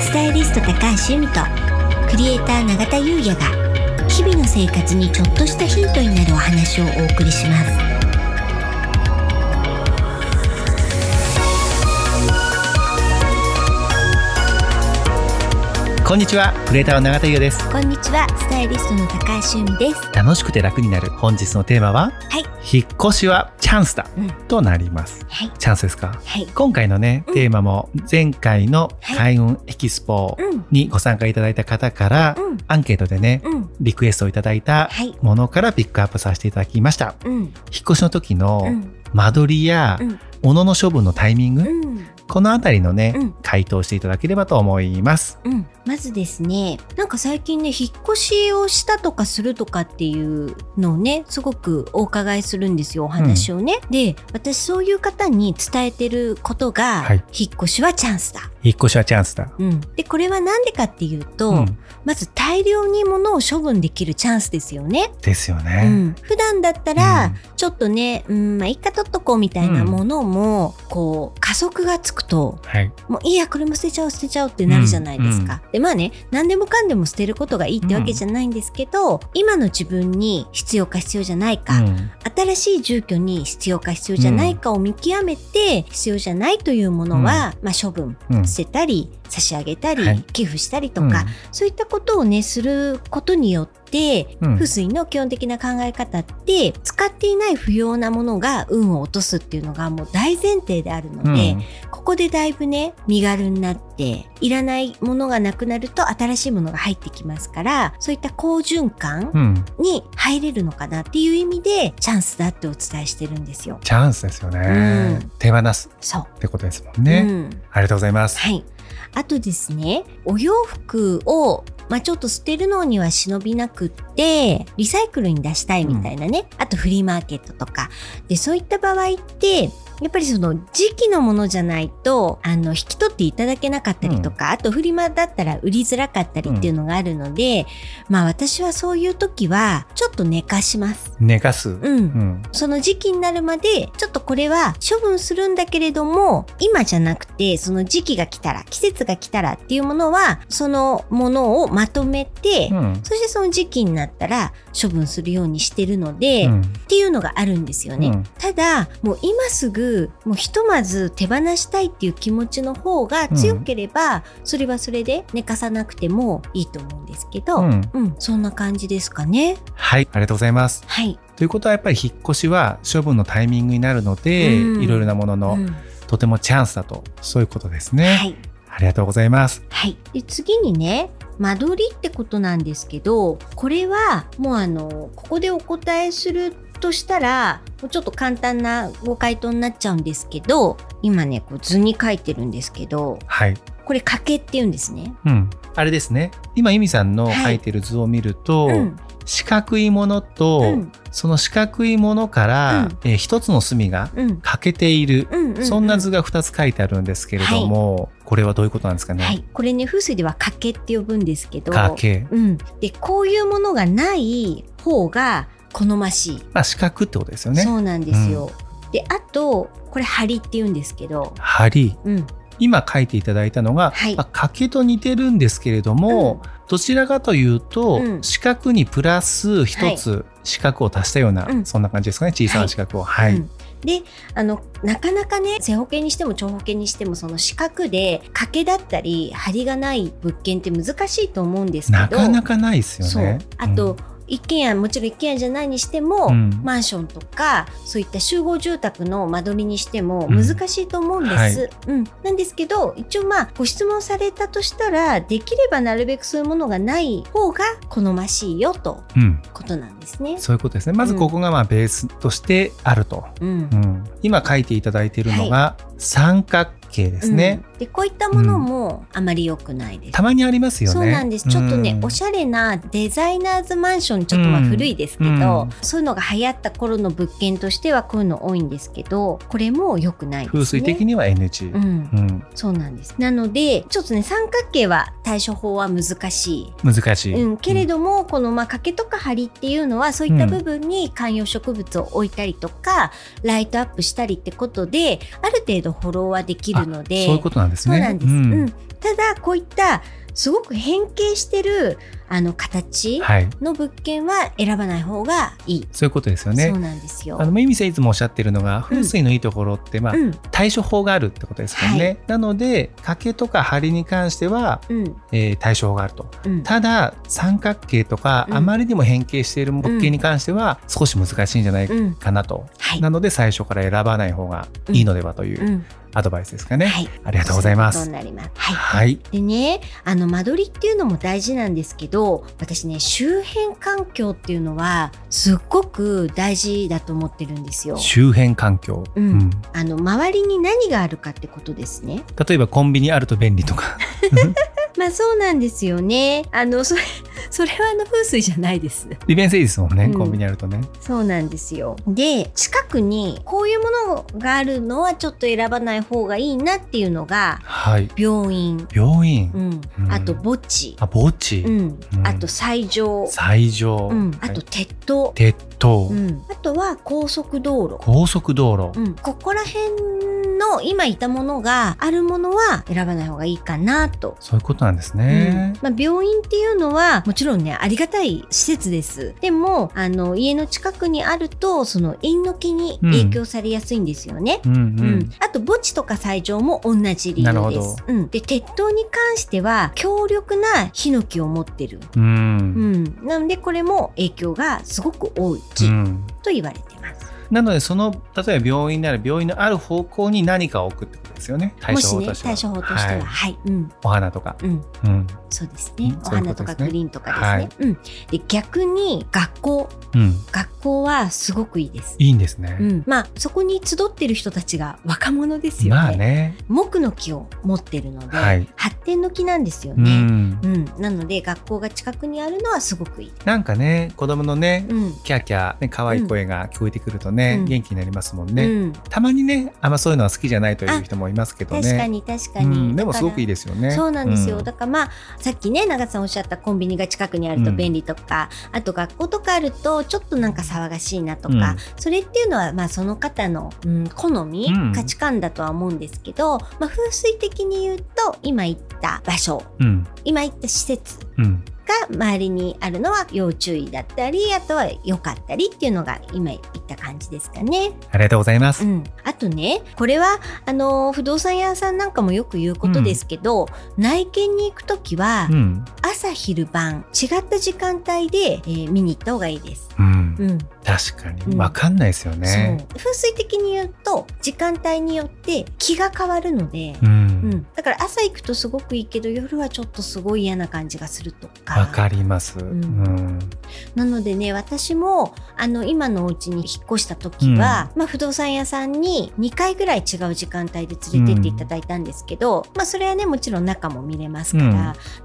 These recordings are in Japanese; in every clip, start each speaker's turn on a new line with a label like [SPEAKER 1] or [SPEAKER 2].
[SPEAKER 1] スタイリスト高橋由美とクリエイター永田優也が日々の生活にちょっとしたヒントになるお話をお送りします
[SPEAKER 2] こんにちはクレーターの永田優也です
[SPEAKER 1] こんにちはスタイリストの高橋由美です
[SPEAKER 2] 楽しくて楽になる本日のテーマは
[SPEAKER 1] はい
[SPEAKER 2] 引っ越しはチャンスだ、
[SPEAKER 1] うん
[SPEAKER 2] となります
[SPEAKER 1] はい
[SPEAKER 2] チャンスですか
[SPEAKER 1] はい
[SPEAKER 2] 今回のね
[SPEAKER 1] うん
[SPEAKER 2] テーマも前回の開運エキスポ
[SPEAKER 1] うん
[SPEAKER 2] にご参加いただいた方から
[SPEAKER 1] うん
[SPEAKER 2] アンケートでね
[SPEAKER 1] うん
[SPEAKER 2] リクエストをいただいた
[SPEAKER 1] はい
[SPEAKER 2] ものからピックアップさせていただきました
[SPEAKER 1] うん
[SPEAKER 2] 引っ越しの時
[SPEAKER 1] う
[SPEAKER 2] の
[SPEAKER 1] ん
[SPEAKER 2] 間取りや
[SPEAKER 1] うん
[SPEAKER 2] 物の処分のタイミング、
[SPEAKER 1] うん
[SPEAKER 2] このあたりのね、
[SPEAKER 1] うん
[SPEAKER 2] 回答していただければと思います
[SPEAKER 1] うん、まずですねなんか最近ね引っ越しをしたとかするとかっていうのをねすごくお伺いするんですよお話をね、で私そういう方に伝えてることが、
[SPEAKER 2] はい
[SPEAKER 1] 引っ越しはチャンスだ、
[SPEAKER 2] 引っ越しはチャンスだ、
[SPEAKER 1] うん、でこれは何でかっていうと、
[SPEAKER 2] うん、
[SPEAKER 1] まず大量に物を処分できるチャンスですよね、
[SPEAKER 2] ですよ
[SPEAKER 1] う
[SPEAKER 2] ね、
[SPEAKER 1] ん、普段だった
[SPEAKER 2] う
[SPEAKER 1] ら
[SPEAKER 2] ん
[SPEAKER 1] ちょっとね、うん、まあいっか取っとこうみたいなものも、こう加速がつくと
[SPEAKER 2] はい
[SPEAKER 1] もういいやこれも捨てちゃおう捨てちゃおうってなるじゃないですか。でまあね何でもかんでも捨てることがいいってわけじゃないんですけど、今の自分に必要か必要じゃないか、
[SPEAKER 2] うん
[SPEAKER 1] 新しい住居に必要か必要じゃないかを見極めて、必要じゃないというものは、まあ、処分
[SPEAKER 2] うん
[SPEAKER 1] 捨てたり差し上げたり、
[SPEAKER 2] はい
[SPEAKER 1] 寄付したりとか、そういったことをねすることによって、
[SPEAKER 2] うん
[SPEAKER 1] 風水の基本的な考え方って使っていない不要なものが運を落とすっていうのがもう大前提であるの
[SPEAKER 2] うん
[SPEAKER 1] で、ここでだいぶね身軽になっていらないものがなくなると新しいものが入ってきますからそういった好循
[SPEAKER 2] う
[SPEAKER 1] 環
[SPEAKER 2] ん、
[SPEAKER 1] に入れるのかなっていう意味でチャンスだってお伝えしてるんですよ。
[SPEAKER 2] チャンスですよね、
[SPEAKER 1] うん
[SPEAKER 2] 手放す
[SPEAKER 1] そう
[SPEAKER 2] ってことですもんね、
[SPEAKER 1] うん
[SPEAKER 2] ありがとうございます、
[SPEAKER 1] はい。あとですね、お洋服を、まあ、ちょっと捨てるのには忍びなくって、リサイクルに出したいみたいなね。あとフリーマーケットとか。で、そういった場合って、やっぱりその時期のものじゃないと、あの、引き取っていただけなかったりとか、あとフリマだったら売りづらかったりっていうのがあるので、まあ私はそういう時は、ちょっと寝かします。
[SPEAKER 2] 寝かす、
[SPEAKER 1] うん。
[SPEAKER 2] うん
[SPEAKER 1] その時期になるまで、ちょっとこれは処分するんだけれども、今じゃなくて、その時期が来たら、季節が来たらっていうものは、そのものをまとめて、
[SPEAKER 2] うん
[SPEAKER 1] そしてその時期になったら処分するようにしてるので、
[SPEAKER 2] う
[SPEAKER 1] っ
[SPEAKER 2] ん
[SPEAKER 1] ていうのがあるんですよね。
[SPEAKER 2] うん
[SPEAKER 1] ただ、もう今すぐ、もうひとまず手放したいっていう気持ちの方が強ければ、それはそれで寝かさなくてもいいと思うんですけど、
[SPEAKER 2] うん
[SPEAKER 1] うん、そんな感じですかね。
[SPEAKER 2] はいありがとうございます
[SPEAKER 1] はい。
[SPEAKER 2] ということはやっぱり引っ越しは処分のタイミングになるので、
[SPEAKER 1] うん
[SPEAKER 2] いろいろなものの、
[SPEAKER 1] うん
[SPEAKER 2] とてもチャンスだとそういうことですね、
[SPEAKER 1] はい。
[SPEAKER 2] ありがとうございます
[SPEAKER 1] はい。で、次にね、間取りってことなんですけど、これはもうあの、ここでお答えするとしたら、もうちょっと簡単なご回答になっちゃうんですけど、今ね、こう図に書いてるんですけど、
[SPEAKER 2] はい、
[SPEAKER 1] これ掛けって言うんですね。
[SPEAKER 2] うん、あれですね今由美さんの
[SPEAKER 1] はい
[SPEAKER 2] 書いてる図を見ると、
[SPEAKER 1] うん。
[SPEAKER 2] 四角いものと、
[SPEAKER 1] うん。
[SPEAKER 2] その四角いものから、えー一つの隅が
[SPEAKER 1] うん。
[SPEAKER 2] 欠けている、
[SPEAKER 1] うん。う
[SPEAKER 2] そんな図が2つ書いてあるんですけれども、これはどういうことなんですかね、
[SPEAKER 1] はい。これね、風水では掛けって呼ぶんですけど、
[SPEAKER 2] かけ、
[SPEAKER 1] うん。で、こういうものがない方が好ましい。
[SPEAKER 2] まあ、四角ってことですよね
[SPEAKER 1] そうなんですよ。で、あと、これ、梁って言うんですけど、
[SPEAKER 2] 針
[SPEAKER 1] うん。
[SPEAKER 2] 今書いていただいたのが、
[SPEAKER 1] はい
[SPEAKER 2] まあ、かけと似てるんですけれども、どちらかというと、
[SPEAKER 1] うん
[SPEAKER 2] 四角にプラス1つ四角を足したような、
[SPEAKER 1] うん
[SPEAKER 2] そんな感じですかね小さな四角をはい、
[SPEAKER 1] うんであのなかなかね正方形にしても長方形にしてもその四角で掛けだったり張りがない物件って難しいと思うんですけど
[SPEAKER 2] なかなかないですよ
[SPEAKER 1] そ
[SPEAKER 2] ね
[SPEAKER 1] うあと、、一軒家もちろん一軒家じゃないにしても、
[SPEAKER 2] うん
[SPEAKER 1] マンションとかそういった集合住宅の間取りにしても
[SPEAKER 2] うん
[SPEAKER 1] 難しいと思うんです、うんなんですけど一応まあご質問されたとしたらできればなるべくそういうものがない方が好ましいよと
[SPEAKER 2] うんうん
[SPEAKER 1] ことなんですね。
[SPEAKER 2] そういうことですねまずここがまあベースとしてあると、
[SPEAKER 1] うん
[SPEAKER 2] うん今書いていただいているのが三角形ですね、
[SPEAKER 1] うんでこういったものもあまり良くないです。
[SPEAKER 2] たまにありますよね
[SPEAKER 1] そうなんです。ちょっとね、
[SPEAKER 2] うん
[SPEAKER 1] おしゃれなデザイナーズマンション、ちょっとまあ
[SPEAKER 2] うん
[SPEAKER 1] 古いですけど、
[SPEAKER 2] うん
[SPEAKER 1] そういうのが流行った頃の物件としてはこういうの多いんですけど、これも良くないです、ね。
[SPEAKER 2] 風水的には NG、
[SPEAKER 1] うん
[SPEAKER 2] うん
[SPEAKER 1] そうなんです。なので、ちょっとね、三角形は対処法は難し
[SPEAKER 2] 難し
[SPEAKER 1] い、
[SPEAKER 2] い。
[SPEAKER 1] うん、けれども、この、まあ、掛けとか梁っていうのはそういった部分に観葉植物を置いたりとか、ライトアップしたりってことである程度フォローはできるの
[SPEAKER 2] あ
[SPEAKER 1] で
[SPEAKER 2] そういうことなんです
[SPEAKER 1] そう
[SPEAKER 2] ね。
[SPEAKER 1] なんです、うんただこういったすごく変形してるあの形
[SPEAKER 2] はい。
[SPEAKER 1] の物件は選ばない方がいい、
[SPEAKER 2] そういうことですよ
[SPEAKER 1] そ
[SPEAKER 2] ね
[SPEAKER 1] う。なんですよ
[SPEAKER 2] あ。の、まゆみさんいつもおっしゃってるのが、
[SPEAKER 1] うん
[SPEAKER 2] 風水のいいところって、まあ
[SPEAKER 1] う、ん
[SPEAKER 2] 対処法があるってことですからね。
[SPEAKER 1] は
[SPEAKER 2] なので、掛けとか梁に関しては、
[SPEAKER 1] うん
[SPEAKER 2] えー対処法があると。
[SPEAKER 1] うん、
[SPEAKER 2] ただ、三角形とか、
[SPEAKER 1] うん
[SPEAKER 2] あまりにも変形している物件に関しては、少し難しいんじゃない
[SPEAKER 1] うん
[SPEAKER 2] かなと。
[SPEAKER 1] はい、
[SPEAKER 2] なので、最初から選ばない方がいいのではといううんアドバイスですかね。
[SPEAKER 1] はい、
[SPEAKER 2] ありがとうございま
[SPEAKER 1] そううこと
[SPEAKER 2] す。
[SPEAKER 1] になります。はい
[SPEAKER 2] はい。
[SPEAKER 1] でね、あの間取りっていうのも大事なんですけど、私ね、周辺環境っていうのはすっごく大事だと思ってるんですよ。
[SPEAKER 2] 周辺環境。
[SPEAKER 1] うん
[SPEAKER 2] うん
[SPEAKER 1] あの周りに何があるかってことですね。
[SPEAKER 2] 例えばコンビニあると便利 とか
[SPEAKER 1] まあそうなんですよね。あのそれ それはあの風水じゃないです。
[SPEAKER 2] 利便性ですもんね、
[SPEAKER 1] うん
[SPEAKER 2] コンビニあるとね
[SPEAKER 1] そうなんですよ。で、近くにこういうものがあるのはちょっと選ばない方がいいなっていうのが
[SPEAKER 2] はい
[SPEAKER 1] 病院、
[SPEAKER 2] 病院、
[SPEAKER 1] うん、
[SPEAKER 2] うん
[SPEAKER 1] あと墓地、
[SPEAKER 2] あ墓地、
[SPEAKER 1] うん
[SPEAKER 2] うん
[SPEAKER 1] あと斎場、
[SPEAKER 2] 斎場、
[SPEAKER 1] うん、あ
[SPEAKER 2] は
[SPEAKER 1] と
[SPEAKER 2] い
[SPEAKER 1] 鉄塔、
[SPEAKER 2] 鉄塔、
[SPEAKER 1] うん、あとは高速道路、
[SPEAKER 2] 高速道路、
[SPEAKER 1] うん、ここら辺の今いたものがあるものは選ばない方がいいかなと。
[SPEAKER 2] そういうことなんです
[SPEAKER 1] うん
[SPEAKER 2] ね、
[SPEAKER 1] まあ、病院っていうのはもちろんねありがたい施設ですでもあの家の近くにあるとその縁の気に影響されやすいんですよね、
[SPEAKER 2] うんう
[SPEAKER 1] うんん、あと墓地とか斎場も同じ理
[SPEAKER 2] なる
[SPEAKER 1] 由
[SPEAKER 2] ほ
[SPEAKER 1] で
[SPEAKER 2] ど
[SPEAKER 1] す。うん、で鉄塔に関しては強力なヒノキを持ってる。
[SPEAKER 2] うん
[SPEAKER 1] う
[SPEAKER 2] うん
[SPEAKER 1] ん、なのでこれも影響がすごく多い地と言われてます。
[SPEAKER 2] なのでその例えば病院なら病院のある方向に何かを置くってことですよね対
[SPEAKER 1] も
[SPEAKER 2] 処
[SPEAKER 1] し
[SPEAKER 2] 法
[SPEAKER 1] ね
[SPEAKER 2] としては
[SPEAKER 1] 対処法としては、
[SPEAKER 2] い
[SPEAKER 1] はい、うん、
[SPEAKER 2] お花とか、
[SPEAKER 1] うん、
[SPEAKER 2] うん
[SPEAKER 1] そうですね
[SPEAKER 2] うん。
[SPEAKER 1] お
[SPEAKER 2] そういうこ
[SPEAKER 1] 花
[SPEAKER 2] と
[SPEAKER 1] と
[SPEAKER 2] で
[SPEAKER 1] か
[SPEAKER 2] すね
[SPEAKER 1] グリーンとかですね。うん、で逆に学校、
[SPEAKER 2] うん、
[SPEAKER 1] 学校はすごくいいです。
[SPEAKER 2] いいんですね、
[SPEAKER 1] うん、まあそこに集ってる人たちが若者ですよね。
[SPEAKER 2] まあね
[SPEAKER 1] 木の木を持ってるので、
[SPEAKER 2] はい
[SPEAKER 1] 発展の木なんですよ
[SPEAKER 2] う
[SPEAKER 1] ね。
[SPEAKER 2] ん
[SPEAKER 1] うん、なので学校が近くにあるのはすごくいい。
[SPEAKER 2] なんかね子供のね、
[SPEAKER 1] うん、
[SPEAKER 2] キャーキャー、ね、可愛い声が聞こえてくるとね、
[SPEAKER 1] うん
[SPEAKER 2] 元気になりますもんね、
[SPEAKER 1] うん、
[SPEAKER 2] たまにねあんまそういうのは好きじゃないという人もいますけどね
[SPEAKER 1] 確かに確か
[SPEAKER 2] う
[SPEAKER 1] に。
[SPEAKER 2] んでもすごくいい
[SPEAKER 1] で
[SPEAKER 2] ですよね
[SPEAKER 1] そうなんですよ、
[SPEAKER 2] う
[SPEAKER 1] だからまあさっきね長さんおっしゃったコンビニが近くにあると便利とか、あと学校とかあるとちょっとなんか騒がしいなとか、
[SPEAKER 2] うん
[SPEAKER 1] それっていうのはまあその方の、うん、好み、
[SPEAKER 2] うん
[SPEAKER 1] 価値観だとは思うんですけど、まあ、風水的に言うと今言った場所
[SPEAKER 2] うん
[SPEAKER 1] 今言った施設
[SPEAKER 2] うん
[SPEAKER 1] が周りにあるのは要注意だったりあとは良かったりっていうのが今言った感じですかね。
[SPEAKER 2] ありがとうございます、
[SPEAKER 1] うん、あとねこれはあの不動産屋さんなんかもよく言うことですけど、内見に行く時は、
[SPEAKER 2] うん
[SPEAKER 1] 朝昼晩違った時間帯で、えー見に行った方がいいです。
[SPEAKER 2] うん
[SPEAKER 1] うん
[SPEAKER 2] 確か
[SPEAKER 1] う
[SPEAKER 2] に
[SPEAKER 1] ん
[SPEAKER 2] わかんないですよね、
[SPEAKER 1] そう風水的に言うと時間帯によって気が変わるので、
[SPEAKER 2] う
[SPEAKER 1] うん
[SPEAKER 2] ん
[SPEAKER 1] だから朝行くとすごくいいけど夜はちょっとすごい嫌な感じがするとか
[SPEAKER 2] わ、かります、うんん
[SPEAKER 1] なのでね私もあの今のお家に引っ越した時は、まあ、不動産屋さんに2回ぐらい違う時間帯で連れてっていただいたんですけど、まあ、それはねもちろん中も見れますから、
[SPEAKER 2] うん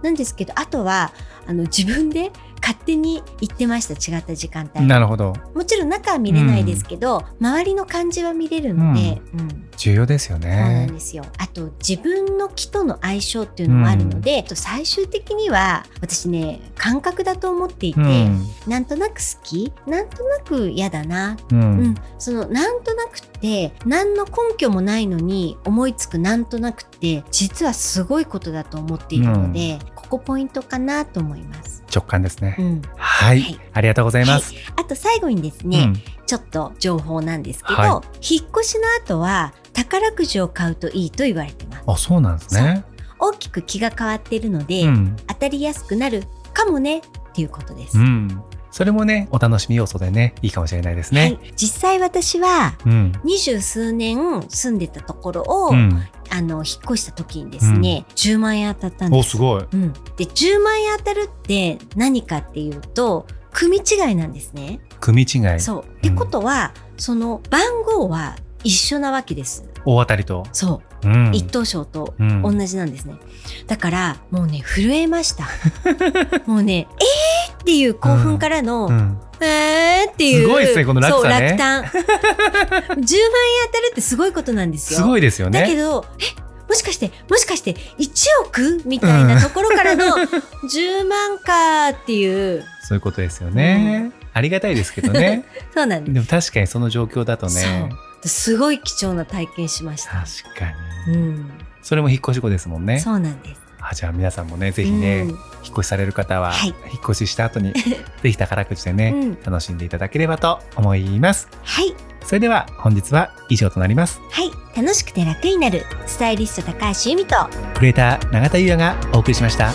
[SPEAKER 1] なんですけどあとはあの自分で勝手に行ってました違った時間帯
[SPEAKER 2] なるほど
[SPEAKER 1] もちろん中は見れないですけど、周りの感じは見れるので。うん
[SPEAKER 2] 重要ですよ
[SPEAKER 1] そうなん
[SPEAKER 2] ね
[SPEAKER 1] ですよあと自分の木との相性っていうのもあるので、あと最終的には私ね感覚だと思っていて、
[SPEAKER 2] うん
[SPEAKER 1] なんとなく好きなんとなく嫌だな、
[SPEAKER 2] う
[SPEAKER 1] うん
[SPEAKER 2] ん、
[SPEAKER 1] そのなんとなくって何の根拠もないのに思いつくなんとなくって実はすごいことだと思っているので、ここポイントかなと思います。
[SPEAKER 2] 直感ですね、
[SPEAKER 1] うん、
[SPEAKER 2] はい、
[SPEAKER 1] はい
[SPEAKER 2] ありがとうございます、
[SPEAKER 1] あと最後にです
[SPEAKER 2] う
[SPEAKER 1] ね、
[SPEAKER 2] ん
[SPEAKER 1] ちょっと情報なんですけど、
[SPEAKER 2] は
[SPEAKER 1] 引っ越しの後は宝くじを買うといいと言われてます
[SPEAKER 2] あそうなんですね
[SPEAKER 1] 大きく気が変わっているので、
[SPEAKER 2] うん
[SPEAKER 1] 当たりやすくなるかもねっていうことです、
[SPEAKER 2] うんそれもねお楽しみ要素でねいいかもしれないですね、
[SPEAKER 1] はい、実際私は
[SPEAKER 2] うん
[SPEAKER 1] 二十数年住んでたところを、
[SPEAKER 2] うん
[SPEAKER 1] あの引っ越した時にですね、10万円当たったんで
[SPEAKER 2] お
[SPEAKER 1] す。
[SPEAKER 2] すごい
[SPEAKER 1] うん、で10万円当たるって何かっていうと組違いなんですね。
[SPEAKER 2] 組違い
[SPEAKER 1] そうってことは、その番号は一緒なわけです。
[SPEAKER 2] 大当たりと、
[SPEAKER 1] そうう、
[SPEAKER 2] ん
[SPEAKER 1] 一等賞と
[SPEAKER 2] うん
[SPEAKER 1] 同じなんですね。だからもうね震えま した。もうねえーっていう興奮からの、
[SPEAKER 2] うん
[SPEAKER 1] えーっていう
[SPEAKER 2] すごいですねこの落差
[SPEAKER 1] そう落
[SPEAKER 2] ね
[SPEAKER 1] 胆10万円当たるってすごいことなんですよ
[SPEAKER 2] すごいですよ
[SPEAKER 1] だけ
[SPEAKER 2] ね。
[SPEAKER 1] どえもしかしして、もしかして1億みたいなところから の10万かっていう、
[SPEAKER 2] そういうことですよね。ありがたいですけ どね。
[SPEAKER 1] そうなんで
[SPEAKER 2] でも確かにその状況だと
[SPEAKER 1] す。
[SPEAKER 2] ね。
[SPEAKER 1] そうすごい貴重な体験しました。
[SPEAKER 2] 確か
[SPEAKER 1] う
[SPEAKER 2] に。
[SPEAKER 1] ん、
[SPEAKER 2] それも引っ越し後ですもんね。
[SPEAKER 1] そうなんです。
[SPEAKER 2] あじゃあ皆さんもね、ぜひね、
[SPEAKER 1] うん
[SPEAKER 2] 引っ越しされる方は、
[SPEAKER 1] はい
[SPEAKER 2] 引っ越しした 後に、ぜひ宝くじでね、
[SPEAKER 1] うん
[SPEAKER 2] 楽しんでいただければと思います。
[SPEAKER 1] はい、
[SPEAKER 2] それでは本日は以上となります。
[SPEAKER 1] はい、楽しくて楽になるスタイリスト高橋由美と
[SPEAKER 2] クリエイター永田優也がお送りしました。